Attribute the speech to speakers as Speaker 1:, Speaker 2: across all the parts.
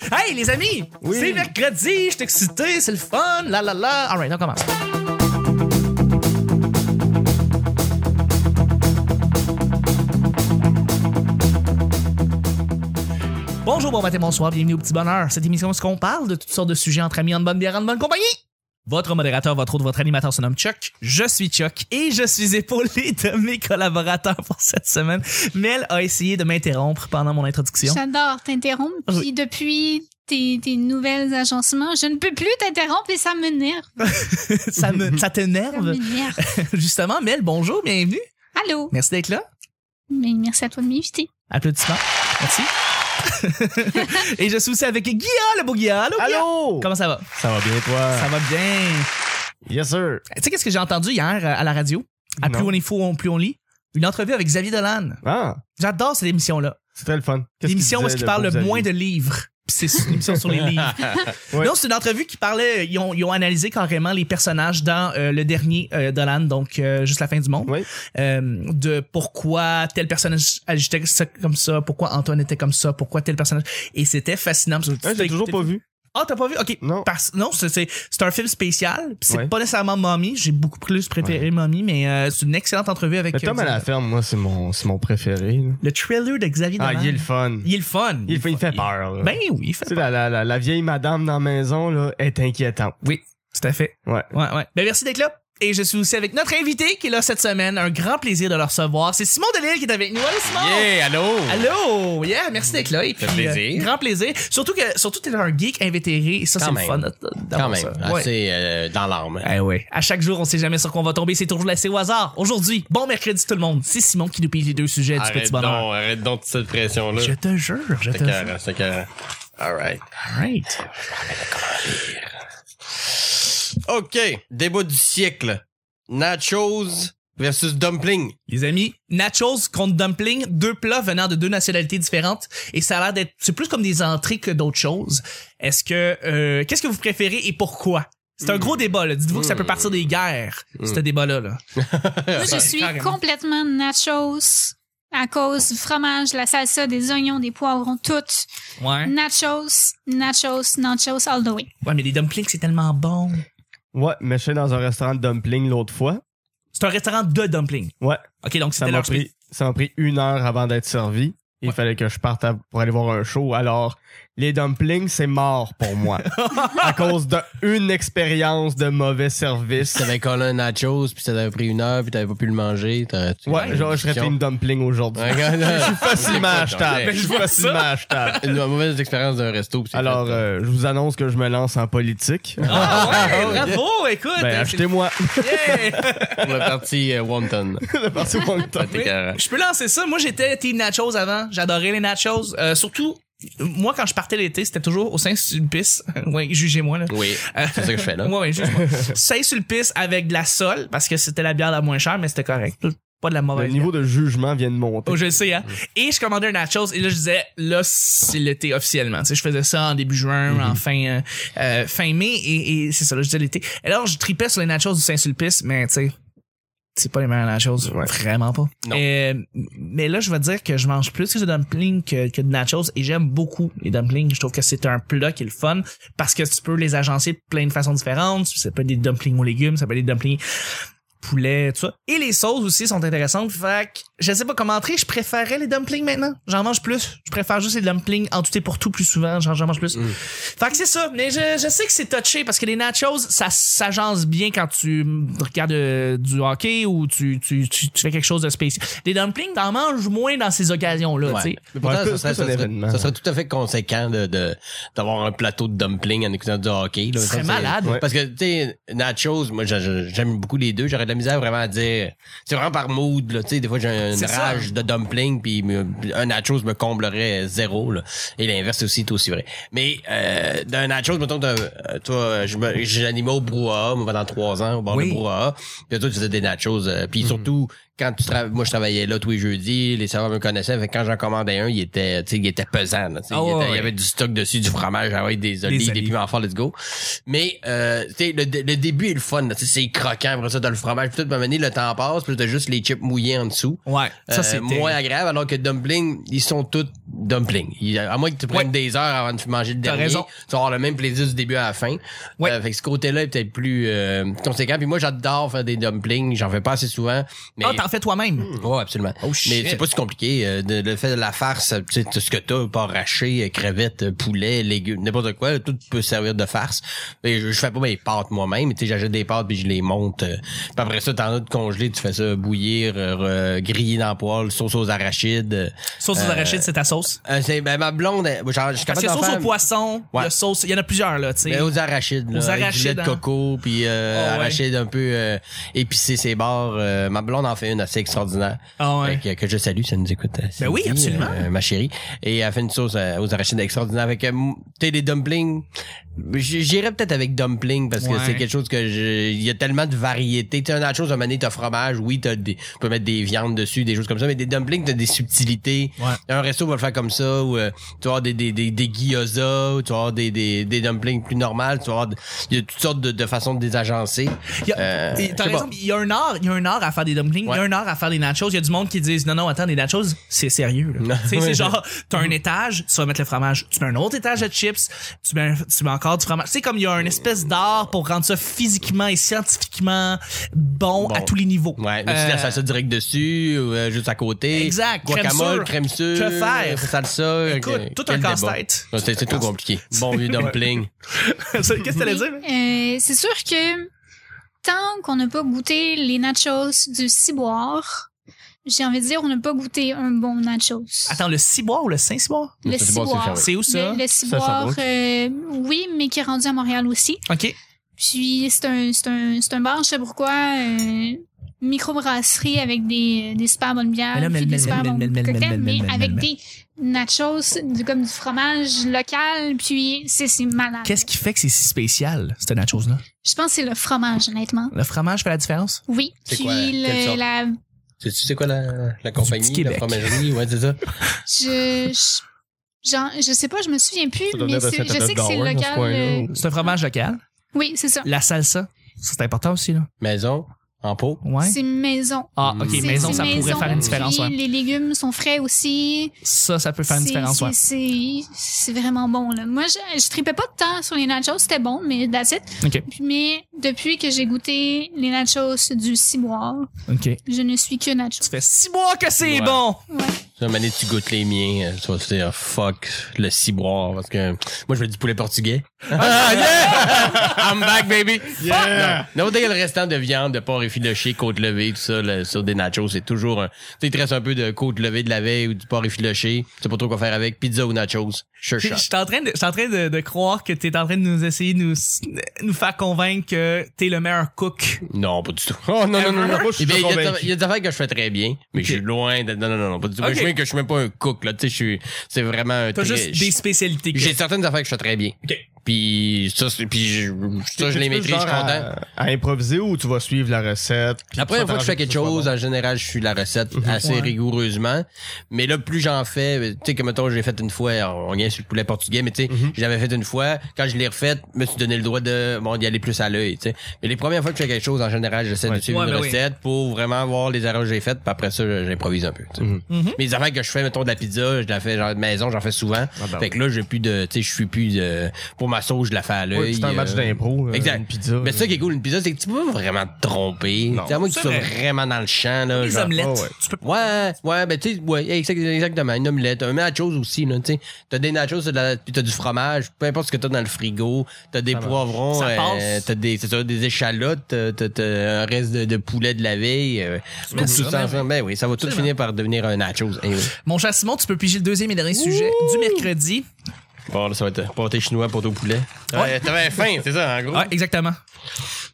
Speaker 1: Hey, les amis!
Speaker 2: Oui.
Speaker 1: C'est mercredi, je suis excité, c'est le fun, la la la. Alright, on commence. Bonjour, bon matin, bonsoir, bienvenue au Petit Bonheur. Cette émission, c'est qu'on parle de toutes sortes de sujets entre amis, en bonne bière, en bonne compagnie. Votre modérateur, votre autre, votre animateur se nomme Chuck. Je suis Chuck et je suis épaulé de mes collaborateurs pour cette semaine. Mel a essayé de m'interrompre pendant mon introduction.
Speaker 3: J'adore t'interrompre.
Speaker 1: Oui.
Speaker 3: Puis depuis tes, tes nouvelles agencements, je ne peux plus t'interrompre et ça m'énerve.
Speaker 1: ça me, ça
Speaker 3: Ça
Speaker 1: t'énerve.
Speaker 3: m'énerve.
Speaker 1: Justement, Mel, bonjour, bienvenue.
Speaker 3: Allô?
Speaker 1: Merci d'être là.
Speaker 3: Mais merci à toi de m'inviter.
Speaker 1: Applaudissements. Merci. Et je suis aussi avec Guilla, le beau Guilla. Allô, Guilla?
Speaker 2: Allô! Ah.
Speaker 1: Comment ça va?
Speaker 2: Ça va bien, toi?
Speaker 1: Ça va bien.
Speaker 2: Yes, sir.
Speaker 1: Tu sais, qu'est-ce que j'ai entendu hier euh, à la radio? À
Speaker 2: Non.
Speaker 1: plus on est fou, on- plus on lit. Une entrevue avec Xavier Dolan.
Speaker 2: Ah,
Speaker 1: J'adore cette émission-là.
Speaker 2: c'est très le fun. Qu'est-ce
Speaker 1: L'émission où
Speaker 2: qu'il
Speaker 1: est-ce qu'il
Speaker 2: disait,
Speaker 1: parle
Speaker 2: beau
Speaker 1: le
Speaker 2: Xavier?
Speaker 1: moins de livres. Puis C'est une émission sur les livres.
Speaker 2: Ouais.
Speaker 1: Non, c'est une entrevue qui parlait. Ils ont, ils ont analysé carrément les personnages dans euh, le dernier euh, Dolan, donc euh, juste la fin du monde.
Speaker 2: Oui.
Speaker 1: Euh, de pourquoi tel personnage agitait ça- comme ça, pourquoi Antoine était comme ça, pourquoi tel personnage. Et c'était fascinant. Parce que tu
Speaker 2: Hein, je l'ai
Speaker 1: t'as
Speaker 2: toujours
Speaker 1: écouté-
Speaker 2: pas vu.
Speaker 1: Ah, t'as pas vu? Ok.
Speaker 2: Non.
Speaker 1: Parce- non, c'est- c'est c'est un film spécial. puis C'est
Speaker 2: Ouais.
Speaker 1: pas nécessairement Mommy. J'ai beaucoup plus préféré Mommy, mais euh, c'est une excellente entrevue avec.
Speaker 2: Le Tom
Speaker 1: euh,
Speaker 2: à la ferme, moi, c'est mon, c'est mon préféré. là.
Speaker 1: le thriller de Xavier
Speaker 2: Ah,
Speaker 1: Dolan.
Speaker 2: il est le fun.
Speaker 1: Il est le fun.
Speaker 2: Il, fait- il fait peur. là.
Speaker 1: Ben oui, il fait
Speaker 2: tu sais, la, la, la, la vieille madame dans la maison là, est inquiétante.
Speaker 1: Oui, tout à fait.
Speaker 2: Ouais.
Speaker 1: Ouais, ouais. Ben, merci d'être là. Et je suis aussi avec notre invité qui est là cette semaine. Un grand plaisir de le recevoir. C'est Simon Delille qui est avec nous. Allô, Simon!
Speaker 4: Yeah, allô?
Speaker 1: Allô! Yeah, merci d'être là. Et puis, euh,
Speaker 4: fait plaisir.
Speaker 1: grand plaisir. Surtout que, surtout, t'es un geek invétéré. Et ça,
Speaker 4: Quand
Speaker 1: c'est le
Speaker 4: même.
Speaker 1: fun. euh, d'avoir
Speaker 4: Quand même,
Speaker 1: ça. Ouais.
Speaker 4: assez euh, dans l'arme.
Speaker 1: Eh ouais. À chaque jour, on sait jamais sur quoi on va tomber. C'est toujours laissé au hasard. Aujourd'hui, bon mercredi tout le monde. C'est Simon qui nous paye les deux sujets du petit
Speaker 4: Arrête donc,
Speaker 1: bonheur.
Speaker 4: arrête donc toute cette pression-là.
Speaker 1: Je te jure, je te
Speaker 4: C'est
Speaker 1: jure.
Speaker 4: carré, c'est carré. All right.
Speaker 1: Right.
Speaker 4: OK, débat du siècle. Nachos versus dumpling.
Speaker 1: Les amis, nachos contre dumpling, deux plats venant de deux nationalités différentes et ça a l'air d'être c'est plus comme des entrées que d'autres choses. Est-ce que euh, qu'est-ce que vous préférez et pourquoi C'est
Speaker 2: Hmm.
Speaker 1: un gros débat là, dites-vous que ça peut partir des guerres ce débat là là.
Speaker 3: Moi, je
Speaker 1: Ouais,
Speaker 3: suis
Speaker 1: carrément.
Speaker 3: complètement nachos à cause du fromage, de la salsa, des oignons, des poivrons, toutes.
Speaker 1: Ouais.
Speaker 3: Nachos, nachos, nachos all the way.
Speaker 1: Ouais, mais les dumplings c'est tellement bon.
Speaker 2: Ouais, mais je suis dans un restaurant de dumpling l'autre fois.
Speaker 1: C'est un restaurant de dumplings.
Speaker 2: Ouais,
Speaker 1: OK, donc
Speaker 2: ça
Speaker 1: c'était
Speaker 2: m'a
Speaker 1: leur
Speaker 2: pris, ça m'a pris une heure avant d'être servi. Il
Speaker 1: Ouais.
Speaker 2: fallait que je parte à- pour aller voir un show. Alors, les dumplings, c'est mort pour moi. à cause d'une expérience de mauvais service.
Speaker 4: T'avais collé un nachos, puis ça t'avait pris une heure, puis t'avais pas pu le manger. t'as- tu-
Speaker 2: Ouais, genre, je serais pris une dumpling aujourd'hui.
Speaker 4: Regarde, là.
Speaker 2: je suis facilement
Speaker 4: Ok.
Speaker 2: achetable.
Speaker 4: Ben,
Speaker 2: je suis facilement achetable.
Speaker 4: Une mauvaise expérience d'un resto. puis c'est
Speaker 2: Alors,
Speaker 4: fait,
Speaker 2: euh, je vous annonce que je me lance en politique.
Speaker 1: Ah ouais, bravo, écoute.
Speaker 2: ben,
Speaker 1: euh,
Speaker 2: achetez-moi.
Speaker 1: c'est- Yeah.
Speaker 4: pour le parti euh, wonton.
Speaker 2: Le parti Wonton.
Speaker 4: T'es carré.
Speaker 1: Je peux lancer ça. Moi, j'étais team nachos avant. J'adorais les nachos. Euh, surtout, moi, quand je partais l'été, c'était toujours au Saint-Sulpice. ouais, jugez-moi, là.
Speaker 4: Oui, c'est ça que je fais là.
Speaker 1: Ouais, ouais, juge-moi. Saint-Sulpice avec de la sole, parce que c'était la bière la moins chère, mais c'était correct. Pas de la
Speaker 2: Le
Speaker 1: mauvaise. bière.
Speaker 2: niveau de jugement vient de monter.
Speaker 1: Oh, je le sais, hein. Et je commandais un nachos, et là, je disais, là, c'est l'été officiellement. Tu sais, je faisais ça en début juin, en fin, euh, euh, fin mai, et, et c'est ça, là, je disais l'été. Et alors, je tripais sur les nachos du Saint-Sulpice, mais tu sais, c'est pas les meilleures nachos. Vraiment pas.
Speaker 4: Non.
Speaker 1: Euh, mais là, je vais dire que je mange plus de dumplings que, que de nachos, et j'aime beaucoup les dumplings. Je trouve que c'est un plat qui est le fun, parce que tu peux les agencer de plein de façons différentes. Ça peut être des dumplings aux légumes, ça peut être des dumplings poulet, tout ça. Et les sauces aussi sont intéressantes. Fait que je sais pas comment entrer, je préférais les dumplings maintenant. J'en mange plus. Je préfère juste les dumplings en tout et pour tout plus souvent. J'en j'en mange plus.
Speaker 4: Mm.
Speaker 1: Fait que c'est ça. Mais je, je sais que c'est touché parce que les nachos, ça s'agence bien quand tu regardes euh, du hockey ou tu, tu, tu, tu fais quelque chose de spécial. Les dumplings, t'en manges moins dans ces occasions-là,
Speaker 4: Ouais.
Speaker 1: tu sais.
Speaker 4: Mais pourtant,
Speaker 2: Ouais, plus-
Speaker 4: ça, serait,
Speaker 2: plus un
Speaker 4: ça,
Speaker 2: événement.
Speaker 4: serait, ça serait tout à fait conséquent de, de, d'avoir un plateau de dumplings en écoutant du hockey. Là.
Speaker 1: Ce serait
Speaker 4: Ça, c'est-
Speaker 1: malade.
Speaker 2: Ouais.
Speaker 4: Parce que, tu sais, nachos, moi, je- je- j'aime beaucoup les deux. J'aurais de la misère vraiment à dire. C'est vraiment par mood, là. Tu sais, des fois, j'ai une
Speaker 1: C'est ça.
Speaker 4: rage de dumpling, puis me- un nachos me comblerait zéro, là. Et l'inverse aussi est aussi vrai. Mais, euh, d'un nachos, mettons, t'as- euh, toi, je me- j'animais au brouhaha, moi, pendant trois ans, au bord
Speaker 1: Oui. Mhm.
Speaker 4: de brouhaha. Puis toi, tu faisais des nachos. euh, puis surtout, quand tu travailles, moi, je travaillais là tous les jeudis, les serveurs me connaissaient. Fait que quand j'en commandais un, il était, tu sais, il était pesant, là, tu sais.
Speaker 1: Ah
Speaker 4: il,
Speaker 1: ouais,
Speaker 4: était- il
Speaker 1: ouais.
Speaker 4: y avait du stock dessus, du fromage, avec des
Speaker 1: Des
Speaker 4: olives, des
Speaker 1: olives.
Speaker 4: piments forts, let's go. Mais euh, tu sais, le, le début est le fun, là, tu sais, c'est croquant, après ça, t'as le fromage, puis tout, puis à un moment donné, le temps passe, puis là, t'as juste les chips mouillés en dessous.
Speaker 1: Ouais. Ça,
Speaker 4: Euh,
Speaker 1: c'est
Speaker 4: moins agréable, alors que dumpling, ils sont tous dumpling. Il- À moins que tu prennes
Speaker 1: Ouais.
Speaker 4: des heures avant de manger le
Speaker 1: T'as
Speaker 4: dernier,
Speaker 1: raison.
Speaker 4: tu vas avoir le même plaisir du début à la fin.
Speaker 1: Ouais.
Speaker 4: Euh, fait que ce côté-là est peut-être plus euh, conséquent. Puis moi, j'adore faire des dumplings. J'en fais pas assez souvent. Mais
Speaker 1: Ah, t'en fais toi-même.
Speaker 4: Ouais, Mm. absolument.
Speaker 1: Oh, shit.
Speaker 4: Mais c'est pas si compliqué. euh, de, le fait de la farce, euh, tu sais, tout ce que t'as, arraché, crevettes, euh, poulet, légumes, n'importe quoi, tout peut servir de farce. Mais je, je fais pas mes pâtes moi-même. Tu sais, j'achète des pâtes puis je les monte. euh. Puis après ça, t'en as de congelé, tu fais ça bouillir, euh, re- griller dans le poêle, sauce aux arachides. euh.
Speaker 1: Sauce aux
Speaker 4: Euh,
Speaker 1: arachides, c'est ta sauce.
Speaker 4: Euh, c'est ben, ma blonde, elle- genre, je suis
Speaker 1: Parce
Speaker 4: capable
Speaker 1: que
Speaker 4: d'en
Speaker 1: sauce
Speaker 4: faire,
Speaker 1: au poisson, il y a
Speaker 4: Ouais. Ben
Speaker 1: sauce, il y en a plusieurs, là, tu sais.
Speaker 4: mais aux arachides, là,
Speaker 1: Aux
Speaker 4: avec du lait
Speaker 1: arachides,
Speaker 4: de
Speaker 1: hein.
Speaker 4: coco, puis euh,
Speaker 1: Oh, ouais.
Speaker 4: arachides un peu euh, épicés, ses bords. euh, ma blonde en fait une assez extraordinaire.
Speaker 1: Ah ouais. Ben
Speaker 4: Fait que, que je salue, ça nous écoute. euh, Cindy,
Speaker 1: oui, absolument.
Speaker 4: euh, ma chérie. Et elle fait une sauce euh, aux arachides extraordinaire avec euh, mou- tu sais, des dumplings. J- J'irais peut-être avec dumplings parce que
Speaker 1: Ouais.
Speaker 4: c'est quelque chose que je- il y a tellement de variétés. Tu sais, une autre chose, à un moment donné, t'as fromage, oui, t'as des, tu peux mettre des viandes dessus, des choses comme ça, mais des dumplings, t'as des subtilités.
Speaker 1: Ouais.
Speaker 4: Un resto va le faire comme ça, ou euh, tu vas avoir des, des, des, des gyoza, ou tu vas avoir des, des, des dumplings plus normales, tu vas avoir, il y a toutes sortes de, de façons de les agencer.
Speaker 1: Il y a-
Speaker 4: Euh,
Speaker 1: et t'as
Speaker 4: je sais
Speaker 1: raison,
Speaker 4: pas.
Speaker 1: il y a un art, il y a un art à faire des dumplings, il y a
Speaker 4: Ouais.
Speaker 1: un art à faire des nachos. Il y a du monde qui disent non non attends des nachos c'est sérieux. là. Tu sais, c'est genre t'as un étage, tu vas mettre le fromage, tu mets un autre étage de chips, tu mets, un- tu mets encore du fromage. C'est comme il y a une espèce d'art pour rendre ça physiquement et scientifiquement bon,
Speaker 4: Bon.
Speaker 1: à tous les niveaux.
Speaker 4: Ouais, mais tu
Speaker 1: Euh,
Speaker 4: la salsa direct dessus, ou euh, juste à côté.
Speaker 1: Exact, crème
Speaker 4: Guacamole,
Speaker 1: sûre.
Speaker 4: crème sûre.
Speaker 1: Que faire?
Speaker 4: Salsa.
Speaker 1: Écoute,
Speaker 4: euh,
Speaker 1: tout
Speaker 4: quel
Speaker 1: un
Speaker 4: débat.
Speaker 1: casse-tête.
Speaker 4: Ouais, C'est c'est trop compliqué. Bon vieux dumpling.
Speaker 1: Qu'est-ce que t'allais dire? hein?
Speaker 3: Euh, c'est sûr que tant qu'on n'a pas goûté les nachos du ciboire, j'ai envie de dire on n'a pas goûté un bon nachos.
Speaker 1: Attends le ciboire ou le saint ciboire?
Speaker 3: le
Speaker 4: Ça, c'est bon, c'est
Speaker 3: ciboire.
Speaker 4: fermé.
Speaker 1: C'est où ça?
Speaker 3: Le, le ciboire,
Speaker 2: Sherbrooke.
Speaker 3: euh, oui, mais qui est rendu à Montréal aussi.
Speaker 1: Ok.
Speaker 3: Puis c'est un, c'est un, c'est un bar, je sais pourquoi, euh, microbrasserie avec des, des super bonnes bières,
Speaker 1: Mais là, mais-
Speaker 3: puis
Speaker 1: mais-
Speaker 3: des super
Speaker 1: mais-
Speaker 3: bons
Speaker 1: mais- mais- mais-
Speaker 3: cocktails,
Speaker 1: mais-
Speaker 3: mais
Speaker 1: mais-
Speaker 3: avec
Speaker 1: mais-
Speaker 3: des nachos, du, comme du fromage local, puis c'est c'est malade.
Speaker 1: Qu'est-ce qui fait que c'est si spécial cette nachos là?
Speaker 3: Je pense que c'est le fromage, honnêtement.
Speaker 1: Le fromage fait la différence?
Speaker 3: Oui,
Speaker 4: C'est
Speaker 3: puis
Speaker 4: quoi,
Speaker 3: le-
Speaker 4: quelle sorte?
Speaker 3: la
Speaker 4: Tu sais quoi la, la compagnie, la
Speaker 1: Québec.
Speaker 4: fromagerie? Ouais, c'est ça.
Speaker 3: Je, je, genre, je sais pas, je me souviens plus,
Speaker 2: Ça doit
Speaker 3: mais
Speaker 2: venir de
Speaker 3: c'est- je
Speaker 2: Saint-Adèle
Speaker 3: sais que c'est
Speaker 2: d'Orwell, dans ce
Speaker 3: local.
Speaker 2: coin-là,
Speaker 3: euh,
Speaker 2: ou-
Speaker 1: C'est un fromage local.
Speaker 3: oui, c'est ça.
Speaker 1: La salsa, ça, c'est important aussi là.
Speaker 4: Maison, en pot.
Speaker 1: Ouais.
Speaker 3: C'est maison.
Speaker 1: Ah ok
Speaker 4: C'est-
Speaker 3: C'est-
Speaker 1: maison
Speaker 3: c'est
Speaker 1: ça pourrait
Speaker 3: maison,
Speaker 1: faire une différence
Speaker 3: puis
Speaker 1: ouais.
Speaker 3: Les légumes sont frais aussi.
Speaker 1: Ça ça peut faire une
Speaker 3: C'est-
Speaker 1: différence
Speaker 3: c'est-
Speaker 1: ouais.
Speaker 3: C'est c'est vraiment bon. Là. Moi, je, je tripais pas de temps sur les nachos, c'était bon, mais that's it.
Speaker 1: Ok.
Speaker 3: Puis- Mais depuis que j'ai goûté les nachos du ciboire,
Speaker 1: OK.
Speaker 3: je ne suis que nachos.
Speaker 1: Ça fait six mois que c'est
Speaker 4: Ouais.
Speaker 1: bon.
Speaker 3: Ouais.
Speaker 4: Ça, mané, tu goûtes les miens. euh, Tu vas te dire, fuck, le ciboire. Parce que moi, je veux du poulet portugais. ah, yeah! I'm back, baby!
Speaker 1: Ah,
Speaker 2: Yeah!
Speaker 4: Non, dès que le restant de viande, de porc effiloché, côte levée, tout ça, là, sur des nachos, c'est toujours un. Tu sais, il te reste un peu de côte levée de la veille ou du porc effiloché. Tu sais pas trop quoi faire avec. Pizza ou nachos. Sure
Speaker 1: Je je
Speaker 4: shot.
Speaker 1: suis en train de, je suis en train de, de croire que t'es en train de nous essayer de nous, nous faire convaincre que t'es le meilleur cook.
Speaker 4: Non, pas du tout.
Speaker 2: Oh non, non, non, non, moi, je
Speaker 4: Eh
Speaker 2: suis
Speaker 4: bien,
Speaker 2: pas
Speaker 4: Il y, a des-
Speaker 2: convaincu.
Speaker 4: il y a des affaires que je fais très bien, mais
Speaker 1: Ok.
Speaker 4: je suis loin de. Non, non, non, non, pas du tout. Moi,
Speaker 1: Ok.
Speaker 4: Je suis que je suis même pas un cook, là. Tu sais, je suis. C'est vraiment un
Speaker 1: T'as
Speaker 4: très-
Speaker 1: juste
Speaker 4: je-
Speaker 1: des spécialités. que-
Speaker 4: J'ai certaines affaires que je fais très bien.
Speaker 1: Ok.
Speaker 4: Puis ça, c'est- puis je, ça, je les
Speaker 2: Tu peux
Speaker 4: maîtrise, je
Speaker 2: genre
Speaker 4: suis content.
Speaker 2: À, à improviser ou tu vas suivre la recette? puis
Speaker 4: La
Speaker 2: tu
Speaker 4: première
Speaker 2: vas
Speaker 4: fois que je fais
Speaker 2: t'arranger
Speaker 4: quelque
Speaker 2: ce soit
Speaker 4: chose,
Speaker 2: bon. Mhm.
Speaker 4: en général, je suis la recette assez
Speaker 1: Ouais.
Speaker 4: rigoureusement. Mais là, plus j'en fais, euh, tu sais, que mettons, j'ai fait une fois, on vient sur le poulet portugais, mais tu sais,
Speaker 2: Mhm.
Speaker 4: j'avais fait une fois. Quand je l'ai refaite, je me suis donné le droit de, bon, d'y aller plus à l'œil, tu sais. Mais les premières fois que je fais quelque chose, en général, j'essaie
Speaker 2: Ouais.
Speaker 4: de suivre
Speaker 1: Ouais,
Speaker 4: une
Speaker 1: ben oui.
Speaker 4: recette pour vraiment voir les erreurs que j'ai faites, puis après ça, je- j'improvise un peu, tu sais.
Speaker 2: Mhm.
Speaker 1: Mhm.
Speaker 4: Mais les affaires que je fais, mettons, de la pizza, je la fais genre de maison, j'en fais souvent.
Speaker 2: Ah, ben
Speaker 4: fait que là, j'ai plus de, tu sais, je suis plus de, pour ma sauce, je la fais à l'œil.
Speaker 2: Ouais, c'est un match
Speaker 4: euh,
Speaker 2: d'impro. euh,
Speaker 4: Exact.
Speaker 2: Une pizza.
Speaker 4: mais c'est ça qui est cool, une pizza, c'est que tu peux pas vraiment te tromper.
Speaker 2: Non.
Speaker 4: C'est à moins que tu
Speaker 1: C'est
Speaker 4: sois
Speaker 1: vrai.
Speaker 4: vraiment dans le champ, là.
Speaker 1: Les
Speaker 4: genre. Oh,
Speaker 1: omelettes.
Speaker 2: Ouais, ouais.
Speaker 1: Tu peux
Speaker 4: Ouais, ouais, ben, tu sais, ouais, exact- exactement. Une omelette, un nachos aussi, là, tu sais. T'as des nachos, t'as de la- puis t'as du fromage, peu importe ce que t'as dans le frigo. T'as des
Speaker 2: Ça marche.
Speaker 4: poivrons, euh,
Speaker 1: Ça passe.
Speaker 4: t'as des, c'est ça, des échalotes, t'as, t'as- t'as un reste de, de poulet de la veille. euh,
Speaker 1: mets
Speaker 4: tout
Speaker 1: ça,
Speaker 4: ça
Speaker 1: ben
Speaker 4: ensemble. Ben oui, ça va tout
Speaker 1: Absolument.
Speaker 4: finir par devenir un nachos. eh anyway.
Speaker 1: Mon cher Simon, tu peux piger le deuxième et dernier sujet du mercredi.
Speaker 4: Bon, là, ça va être pâté chinois, pâté au poulet.
Speaker 1: Ouais.
Speaker 4: Ouais, t'avais faim, c'est ça, en gros.
Speaker 1: Ouais, exactement.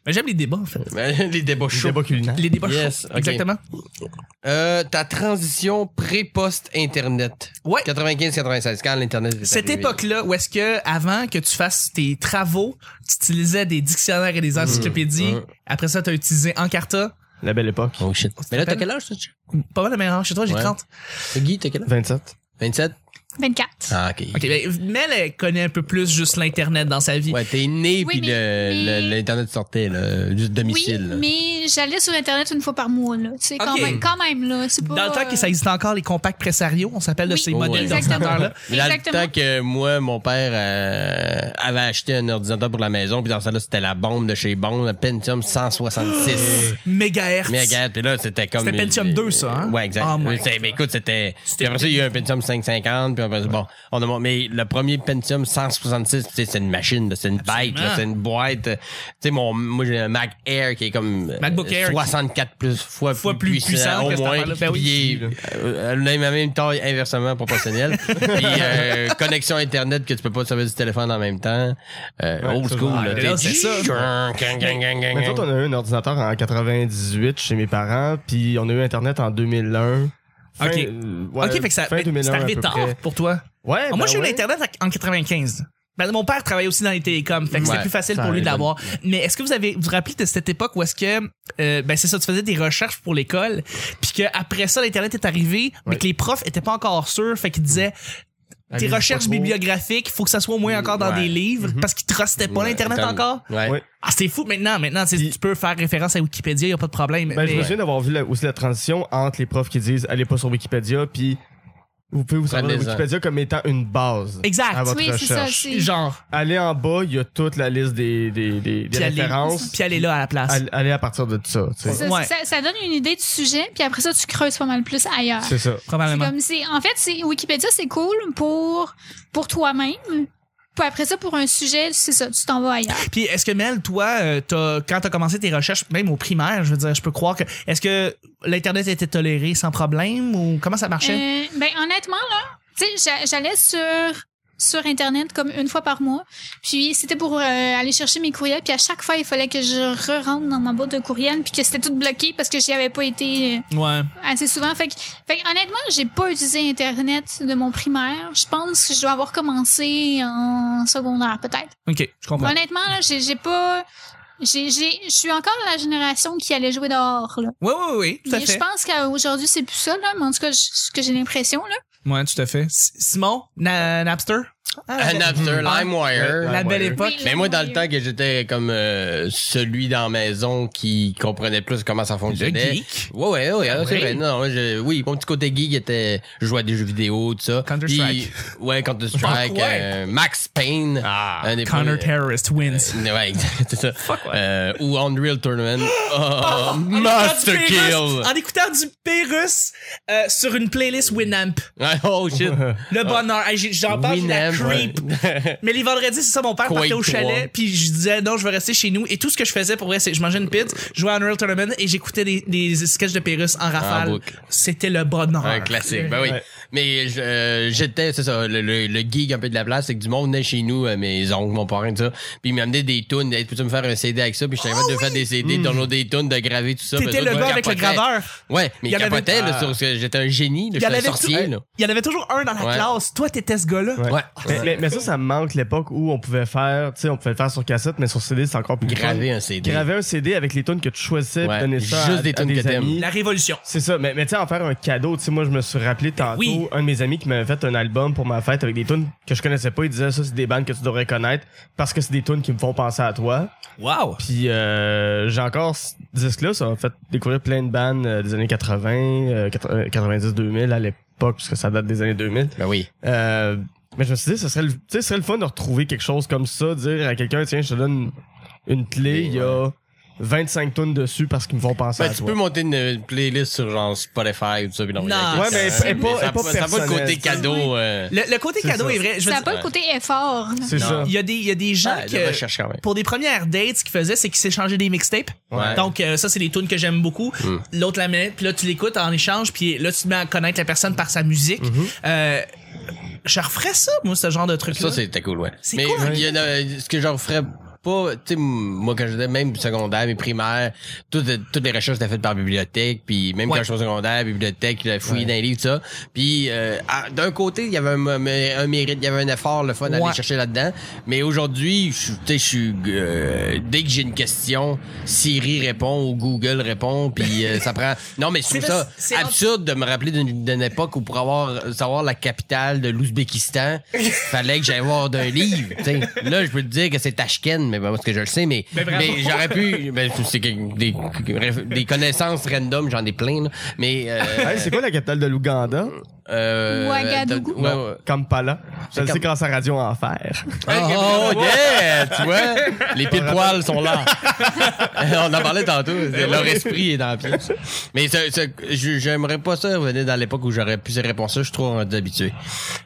Speaker 1: Mais j'aime les débats, en fait.
Speaker 4: Ben, Les débats
Speaker 2: Des
Speaker 4: chauds.
Speaker 2: débats culinaires.
Speaker 1: Les débats
Speaker 4: Hein? Yes,
Speaker 1: chauds.
Speaker 4: ok.
Speaker 1: Exactement.
Speaker 4: Euh, ta transition pré-post-Internet.
Speaker 1: Ouais.
Speaker 4: 95-96, quand l'Internet est
Speaker 1: Cette
Speaker 4: arrivé.
Speaker 1: époque-là, où est-ce que, avant que tu fasses tes travaux, tu utilisais des dictionnaires et des encyclopédies.
Speaker 4: Mmh.
Speaker 1: Après ça, t'as utilisé Encarta.
Speaker 2: La belle époque.
Speaker 4: Oh shit. Mais là, t'as quel âge, ça? tu-
Speaker 1: Pas mal de mélange chez toi, j'ai
Speaker 4: Ouais.
Speaker 1: 30.
Speaker 4: Guy, t'as quel âge?
Speaker 2: 27.
Speaker 4: 27?
Speaker 3: 24.
Speaker 4: Ah, ok.
Speaker 1: Ok, ben, Mel, elle connaît un peu plus juste l'Internet dans sa vie.
Speaker 4: Ouais, t'es né,
Speaker 3: Oui,
Speaker 4: puis
Speaker 3: mais-
Speaker 4: le- le-
Speaker 3: mais-
Speaker 4: l'Internet sortait, là, du
Speaker 3: Oui,
Speaker 4: domicile. là.
Speaker 3: mais j'allais sur Internet une fois par mois, là. Tu sais, quand
Speaker 1: Ok.
Speaker 3: même, quand même, là. C'est pas,
Speaker 1: Dans le temps que
Speaker 3: euh,
Speaker 1: ça existait encore, les compacts pressarios, on s'appelle de
Speaker 3: Oui,
Speaker 1: ces
Speaker 4: Oh,
Speaker 1: modèles
Speaker 4: ouais.
Speaker 1: d'ordinateurs-là.
Speaker 4: Mais Dans
Speaker 3: Exactement.
Speaker 4: le temps que moi, mon père euh, avait acheté un ordinateur pour la maison, puis dans ça, là, c'était la bombe de chez Bombe, le Pentium
Speaker 1: Oh.
Speaker 4: 166
Speaker 1: Mégahertz.
Speaker 4: mégahertz. Puis là, c'était comme...
Speaker 1: C'était Pentium 2, ça, hein?
Speaker 4: Ouais, exact.
Speaker 1: Ah, my
Speaker 4: Oui, c'est- mais écoute, c'était... Puis après ça, il y a eu un Pentium 550, puis après ça, bon, on a... mon- Mais le premier Pentium 166, tu sais, c'est une machine, là, c'est une bête, là,
Speaker 1: Absolument.
Speaker 4: c'est une boîte. Tu sais, mon... moi, j'ai un Mac Air qui est comme... euh,
Speaker 1: MacBook Air.
Speaker 4: 64 plus, fois,
Speaker 1: Fois
Speaker 4: plus
Speaker 1: plus
Speaker 4: puissant,
Speaker 1: puissant que
Speaker 4: au
Speaker 1: cette
Speaker 4: moins.
Speaker 1: affaire-là. Ben oui.
Speaker 4: Puis, euh, elle a la même taille inversement proportionnelle. Puis euh, connexion internet que tu peux pas te servir du téléphone en même temps. Euh,
Speaker 2: Ouais,
Speaker 4: old
Speaker 2: ça,
Speaker 4: school.
Speaker 1: ouais,
Speaker 4: là,
Speaker 1: là,
Speaker 4: t'sais,
Speaker 1: c'est ça.
Speaker 4: gang, gang, gang, gang, gang.
Speaker 2: Mais nous autres, on a eu un ordinateur en 98 chez mes parents, puis on a eu Internet en 2001. Fin-
Speaker 1: Ok.
Speaker 2: euh, ouais,
Speaker 1: ok, fait que ça,
Speaker 2: fin
Speaker 1: ben,
Speaker 2: 2001
Speaker 1: c'est
Speaker 2: à
Speaker 1: arrivé
Speaker 2: peu
Speaker 1: tard
Speaker 2: près.
Speaker 1: pour toi.
Speaker 2: Ouais,
Speaker 1: Ah, moi,
Speaker 2: ben
Speaker 1: j'ai eu
Speaker 2: ouais.
Speaker 1: l'Internet en 95. Ben, mon père travaillait aussi dans les télécoms, fait que
Speaker 4: Ouais,
Speaker 1: c'était plus facile
Speaker 4: ça
Speaker 1: pour lui
Speaker 4: arrive.
Speaker 1: d'avoir. Mais est-ce que vous avez vous, vous rappelez de cette époque où est-ce que euh, ben c'est ça, tu faisais des recherches pour l'école, puis que après ça l'internet est arrivé, mais
Speaker 2: Ouais.
Speaker 1: que les profs étaient pas encore sûrs, fait qu'ils disaient
Speaker 2: Allez,
Speaker 1: tes recherches
Speaker 2: pas trop.
Speaker 1: bibliographiques, faut que ça soit au moins encore dans
Speaker 4: Ouais.
Speaker 1: des livres parce qu'ils trustaient pas
Speaker 4: Ouais,
Speaker 1: l'internet
Speaker 4: attends.
Speaker 1: encore.
Speaker 4: Ouais.
Speaker 2: Ouais.
Speaker 1: Ah c'est fou maintenant, maintenant tu sais,
Speaker 2: Puis-
Speaker 1: tu peux faire référence à Wikipédia, y a pas de problème.
Speaker 2: Ben, je
Speaker 1: mais-
Speaker 2: me souviens d'avoir vu la- aussi la transition entre les profs qui disent allez pas sur Wikipédia, puis vous pouvez vous servir de
Speaker 4: Prenez-en.
Speaker 2: Wikipédia comme étant une base
Speaker 1: Exact.
Speaker 2: à votre
Speaker 3: Oui, c'est ça.
Speaker 2: recherche.
Speaker 3: c'est-
Speaker 1: Genre
Speaker 2: Allez en bas, il y a toute la liste des, des, des, des
Speaker 1: puis aller,
Speaker 2: références.
Speaker 1: puis aller là à la place.
Speaker 2: Allez- Allez à partir de ça. tu sais.
Speaker 3: Ça,
Speaker 1: Ouais.
Speaker 3: ça- ça donne une idée du sujet, puis après ça, tu creuses pas mal plus ailleurs.
Speaker 2: C'est ça.
Speaker 3: C'est
Speaker 1: probablement.
Speaker 3: comme c'est en fait c'est Wikipédia c'est cool pour pour toi-même. Puis après ça pour un sujet, c'est ça, tu t'en vas ailleurs.
Speaker 1: Puis est-ce que Mel, toi, euh, t'as- quand t'as commencé tes recherches, même au primaire, je veux dire, je peux croire que est-ce que l'internet était toléré sans problème ou comment ça marchait
Speaker 3: Euh, ben honnêtement là, tu sais j'a- j'allais sur sur internet comme une fois par mois. Puis c'était pour euh, aller chercher mes courriels, puis à chaque fois il fallait que je re-rentre dans ma boîte de courriel puis que c'était tout bloqué parce que j'y avais pas été euh,
Speaker 1: Ouais.
Speaker 3: assez souvent. Fait que, fait que honnêtement, j'ai pas utilisé internet de mon primaire. Je pense que je dois avoir commencé en secondaire peut-être.
Speaker 1: Ok, je comprends.
Speaker 3: Honnêtement, là, j'ai, j'ai pas. J'ai, j'ai, je suis encore la génération qui allait jouer dehors. Là.
Speaker 1: Ouais, ouais, ouais, tout à
Speaker 3: Mais je
Speaker 1: fait.
Speaker 3: pense qu'aujourd'hui, c'est plus ça, là, mais en tout cas, je- ce que j'ai l'impression. Là.
Speaker 1: Ouais, tout à fait. S- Simon, Na- Napster. Ah,
Speaker 4: Un
Speaker 1: la-
Speaker 4: Napster,
Speaker 1: Ah,
Speaker 4: LimeWire.
Speaker 1: La
Speaker 2: LimeWire.
Speaker 1: belle époque.
Speaker 3: Oui.
Speaker 4: Mais moi, dans le temps que j'étais comme euh, celui dans la maison qui comprenait plus comment ça fonctionnait.
Speaker 1: geek.
Speaker 4: Ouais, ouais, ouais, alors, c'est
Speaker 1: Oui.
Speaker 4: vrai. Non, moi, je- oui, mon petit côté geek était, je jouais à des jeux vidéo, tout ça.
Speaker 1: Counter-Strike.
Speaker 4: Puis, Ouais, Counter-Strike,
Speaker 1: Ouais. Ah,
Speaker 4: euh, Max Payne. un des premiers-
Speaker 1: Counter Terrorist wins.
Speaker 4: Ouais, exact, c'est ça. Euh, ou Unreal Tournament. Oh,
Speaker 1: En écoutant
Speaker 4: Master
Speaker 1: du Pérus-
Speaker 4: Kill.
Speaker 1: En écoutant du Pérus euh, sur une playlist Winamp.
Speaker 4: Ouais, Oh shit.
Speaker 1: Le bonheur. Hey, j'ai- J'en parle, j'ai la creep.
Speaker 4: ouais.
Speaker 1: Mais les vendredis, c'est ça, mon père
Speaker 4: Quake
Speaker 1: partait au chalet,
Speaker 4: 3.
Speaker 1: puis je disais non, je vais rester chez nous. Et tout ce que je faisais pour vrai, c'est que je mangeais une pizza, je jouais à Unreal Tournament et j'écoutais des, des sketchs de Pérus en rafale.
Speaker 4: boucle.
Speaker 1: C'était le bonheur.
Speaker 4: Un classique, ben oui.
Speaker 2: Ouais.
Speaker 4: Mais je- euh, j'étais, c'est ça, le, le, le geek un peu de la place, c'est que du monde venait chez nous, euh, mes oncles, mon parrain, tout ça, puis ils m'amenaient des tunes, ils peux me faire un CD avec ça, puis j'étais capable de faire des CD, downloader des tunes, de graver tout ça.
Speaker 1: Hmm. T'étais
Speaker 4: ben,
Speaker 1: le
Speaker 4: ça,
Speaker 1: gars
Speaker 4: ils
Speaker 1: avec le
Speaker 4: capotaient.
Speaker 1: graveur.
Speaker 4: Ouais, mais
Speaker 1: Il
Speaker 4: ils
Speaker 1: y en avait-
Speaker 4: capotaient, là,
Speaker 2: Ah.
Speaker 4: sur ce que j'étais un génie, là,
Speaker 1: Il y, en
Speaker 4: j'étais un
Speaker 1: avait
Speaker 4: sorcier, là.
Speaker 1: tou- il y en avait toujours un dans la
Speaker 4: Ouais.
Speaker 1: classe. Toi, t'étais ce gars-là.
Speaker 2: Ouais.
Speaker 4: Ouais.
Speaker 2: Mais, mais- mais ça, ça me manque l'époque où on pouvait faire, tu sais, on pouvait le faire sur cassette, mais sur CD, c'est encore plus
Speaker 4: Graver
Speaker 2: fun.
Speaker 4: un CD.
Speaker 2: Graver un CD avec les tunes que tu choisissais,
Speaker 4: Ouais,
Speaker 2: puis donner ça
Speaker 4: juste
Speaker 2: à,
Speaker 4: des
Speaker 2: à
Speaker 4: tunes que t'aimes.
Speaker 2: amis.
Speaker 1: La révolution.
Speaker 2: C'est ça, mais, mais tu sais, en faire un cadeau, tu sais, moi, je me suis rappelé
Speaker 4: Ben
Speaker 2: tantôt,
Speaker 1: oui.
Speaker 2: un de mes amis qui m'avait fait un album pour ma fête avec des tunes que je connaissais pas, il disait ça, c'est des bandes que tu devrais connaître parce que c'est des tunes qui me font penser à toi.
Speaker 1: Wow.
Speaker 2: Puis euh, j'ai encore ce disque-là, ça m'a fait découvrir plein de bandes euh, des années 80, euh, 90-2000 à l'époque, parce que ça date des années 2000.
Speaker 4: Ben oui.
Speaker 2: Euh, mais je me suis dit, ce serait, le, tu sais, ce serait le fun de retrouver quelque chose comme ça, dire à quelqu'un, tiens, je te donne une clé, il y a 25 tonnes dessus parce qu'ils me font penser
Speaker 4: Ben,
Speaker 2: à
Speaker 4: tu
Speaker 2: toi.
Speaker 4: peux monter une, une playlist sur genre Spotify ou tout ça, puis l'envoyer
Speaker 1: Non.
Speaker 4: à
Speaker 1: Ouais,
Speaker 4: quelqu'un,
Speaker 1: mais
Speaker 4: hein,
Speaker 1: elle est
Speaker 2: pas-
Speaker 4: ça
Speaker 2: elle est pas
Speaker 4: a ça a pas le côté
Speaker 2: personnelle.
Speaker 4: cadeau. euh,
Speaker 1: Le, le côté
Speaker 2: C'est
Speaker 1: cadeau
Speaker 2: ça.
Speaker 1: est vrai. Je
Speaker 3: Ça
Speaker 1: veux
Speaker 3: n'a
Speaker 1: dire,
Speaker 3: pas le côté effort.
Speaker 2: C'est
Speaker 4: Non.
Speaker 2: ça.
Speaker 1: il y a des, il y a des gens
Speaker 4: ah, de
Speaker 1: que-
Speaker 4: recherche quand même.
Speaker 1: pour des premières dates, ce qu'ils faisaient, c'est qu'ils s'échangeaient des mixtapes.
Speaker 4: Ouais. Hmm.
Speaker 1: Donc, euh, ça, c'est des tunes que j'aime beaucoup. L'autre la met, puis là, tu l'écoutes en échange, puis là, tu te mets à connaître la personne par sa musique.
Speaker 4: Mhm.
Speaker 1: Euh, je referais ça, moi, ce genre de truc-là.
Speaker 4: Ça, c'était cool, ouais.
Speaker 1: C'est
Speaker 4: Mais
Speaker 1: cool, hein?
Speaker 4: il y en a- ce que je referais pas, tu sais, m- moi quand j'étais même secondaire, mes primaires, toutes, toutes les recherches étaient faites par bibliothèque, puis même
Speaker 1: Ouais.
Speaker 4: quand je suis au secondaire, bibliothèque, je fouillais dans les livres, tout ça. Puis euh, à- d'un côté, il y avait un, m- un mérite, il y avait un effort, le fun d'aller
Speaker 1: Ouais.
Speaker 4: chercher là-dedans. Mais aujourd'hui, je suis- tu sais, je suis, euh, dès que j'ai une question, Siri répond ou Google répond, puis euh, ça prend. Non, mais je
Speaker 1: C'est
Speaker 4: trouve
Speaker 1: parce-
Speaker 4: ça
Speaker 1: c'est rendu-
Speaker 4: absurde de me rappeler d'une d'une époque où pour avoir savoir la capitale de l'Ouzbékistan, fallait que j'aille voir d'un livre. tu sais. Là, je peux te dire que c'est Tashkent, mais bon, parce que je le sais, mais,
Speaker 1: Mais bravo.
Speaker 4: mais j'aurais pu. ben, c'est que des, des connaissances random, j'en ai plein. là. Mais euh,
Speaker 2: Hey, c'est quoi la capitale de l'Ouganda?
Speaker 4: euh,
Speaker 3: Ouagadougou?
Speaker 4: ouais, ouais. Ben,
Speaker 2: Kampala. Je le sais grâce à Radio Enfer.
Speaker 4: Oh, oh, yeah! Tu vois, les pile poils sont là. On en parlait tantôt. Leur esprit est dans la pièce. Mais ça- ça- je- j'aimerais pas ça revenir dans l'époque où j'aurais pu ces réponses-là. Je suis trop rendu habitué.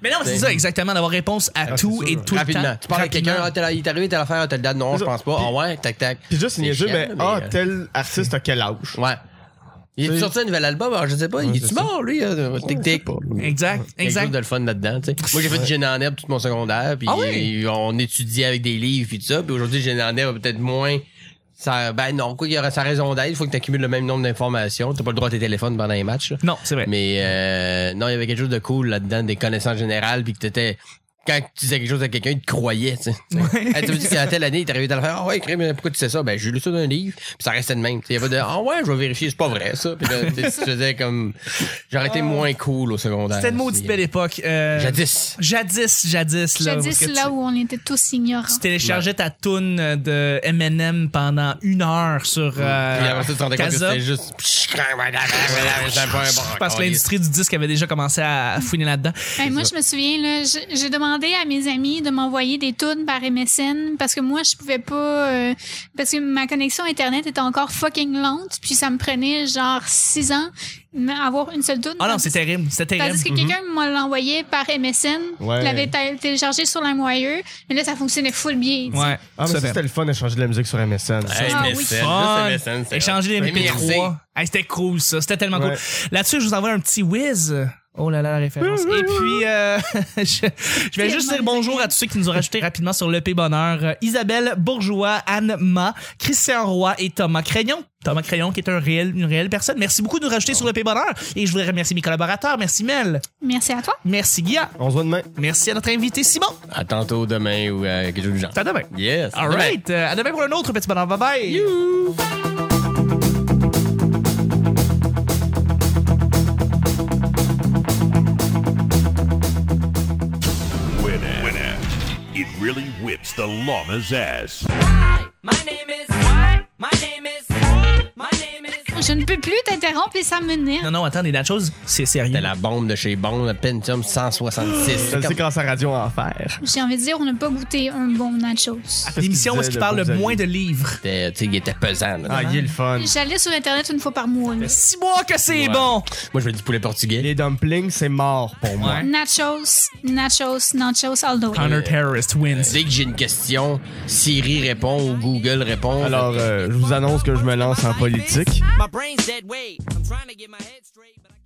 Speaker 1: Mais non, mais c'est ça, exactement, d'avoir réponse à tout
Speaker 2: Ah, c'est
Speaker 1: et
Speaker 2: sûr.
Speaker 1: tout
Speaker 4: Rapidement.
Speaker 1: le temps.
Speaker 4: Tu parles à quelqu'un, ah,
Speaker 1: Rapidement.
Speaker 4: t'es là- il est arrivé, telle affaire, telle date. Non,
Speaker 2: C'est ça.
Speaker 4: je pense pas. Ah ouais, tac, tac.
Speaker 2: Puis juste,
Speaker 4: C'est
Speaker 2: niaiseux,
Speaker 4: chiant,
Speaker 2: mais ah,
Speaker 4: euh,
Speaker 2: tel artiste a quel âge?
Speaker 4: Ouais. Il est sorti un nouvel album, alors je sais pas, il est-tu
Speaker 2: c'est
Speaker 4: mort, lui? euh, Tic, tic.
Speaker 1: Exact,
Speaker 4: Il y a quelque chose
Speaker 1: exact.
Speaker 4: de le fun là-dedans, tu sais. Moi, j'ai fait du gin en herbe tout mon secondaire, puis
Speaker 1: Ah oui?
Speaker 4: euh, on étudiait avec des livres puis tout ça, puis aujourd'hui, le gin en herbe peut-être moins... Ça, ben non, quoi, il y aura sa raison d'être, il faut que tu accumules le même nombre d'informations, t'as pas le droit à tes téléphones pendant les matchs, là.
Speaker 1: Non, c'est vrai.
Speaker 4: Mais euh, non, il y avait quelque chose de cool là-dedans, des connaissances générales, puis que t'étais... Quand tu disais quelque chose à quelqu'un, il te croyait, tu sais. Hey, tu me dis qu'à telle année, il est arrivé à faire, ah ouais, crème, pourquoi tu sais ça? Ben, j'ai lu ça dans un livre, puis ça restait de même. Tu sais, Il y a pas de, ah ouais, je vais vérifier, c'est pas vrai, ça. Puis là, tu sais, tu faisais comme, j'aurais été moins cool au secondaire.
Speaker 1: Ah. C'était une maudite belle époque. euh,
Speaker 4: Jadis.
Speaker 1: Jadis, jadis. Là,
Speaker 3: Jadis,
Speaker 1: parce que
Speaker 3: là
Speaker 1: tu-
Speaker 3: où on était tous ignorants.
Speaker 1: Tu téléchargeais ta toune euh, de M&M pendant une heure sur euh,
Speaker 4: Puis après ça, tu te rendais compte que
Speaker 1: Kazaa.
Speaker 4: c'était juste, c'était pas un bon
Speaker 1: Je pense que l'industrie du disque avait déjà commencé à fouiner là-dedans.
Speaker 3: Hey, Ben, moi, je me souviens, là, j- j'ai demandé à mes amis de m'envoyer des tunes par MSN parce que moi, je pouvais pas. euh, parce que ma connexion Internet était encore fucking lente, puis ça me prenait genre six ans n- avoir une seule tune.
Speaker 1: Ah non, c'est terrible, c'était terrible.
Speaker 3: Tandis que quelqu'un me l'envoyait par MSN,
Speaker 2: Ouais.
Speaker 3: il l'avait tél- téléchargé sur LimeWire, mais là, ça fonctionnait full bien. tu sais.
Speaker 1: Ouais,
Speaker 2: Ah, mais ça,
Speaker 1: c'est
Speaker 2: c'était le fun d'échanger de la musique sur MSN. ça.
Speaker 3: Ah, oui.
Speaker 1: fun. Échanger les MP3. Hey, c'était cool, ça. C'était tellement cool.
Speaker 2: Ouais.
Speaker 1: Là-dessus, je vous envoie un petit whiz. Oh là là, la référence. Et puis, euh, je, je vais juste dire bonjour à tous ceux qui nous ont rajouté rapidement sur l'EP Bonheur. Euh, Isabelle Bourgeois, Anne Ma, Christian Roy et Thomas Crayon. Thomas Crayon, qui est un réel, une réelle personne. Merci beaucoup de nous rajouter sur l'EP Bonheur. Et je voudrais remercier mes collaborateurs. Merci Mel.
Speaker 3: Merci à toi.
Speaker 1: Merci Guilla.
Speaker 2: On se voit demain.
Speaker 1: Merci à notre invité Simon.
Speaker 4: À tantôt demain ou euh, quelque chose du genre.
Speaker 1: À demain.
Speaker 4: Yes. à
Speaker 1: All
Speaker 4: demain.
Speaker 1: right. Euh, À demain pour un autre petit bonheur. Bye bye.
Speaker 5: Winamp. It really whips the llama's ass.
Speaker 6: My name is what? My name is what? My name is
Speaker 3: Je ne peux plus t'interrompre et ça m'énerve.
Speaker 1: Non, non, attends, les nachos, c'est sérieux.
Speaker 4: C'était la bombe de chez Bombe, le Pentium 166.
Speaker 2: Je le sais grâce à Radio Enfer.
Speaker 3: J'ai envie de dire, on n'a pas goûté un bon nachos.
Speaker 1: L'émission où
Speaker 2: Qu'est-ce
Speaker 1: est-ce qu'il
Speaker 2: que disait
Speaker 1: parle
Speaker 2: le
Speaker 1: le
Speaker 2: bon
Speaker 1: moins de livres.
Speaker 4: C'était- tu sais, il était pesant. là.
Speaker 2: Ah, il est le fun.
Speaker 3: J'allais sur Internet une fois par mois. là.
Speaker 1: Six mois que c'est
Speaker 4: Ouais.
Speaker 1: bon.
Speaker 4: Moi, je veux du poulet portugais.
Speaker 2: Les dumplings, c'est mort pour moi.
Speaker 3: Nachos, nachos, nachos all the way.
Speaker 1: Counter terrorist wins.
Speaker 4: Dès que j'ai une question, Siri répond ou Google répond.
Speaker 2: Alors, euh, je vous annonce que je me lance en politique.
Speaker 6: my brain's dead weight. I'm trying to get my head straight, but I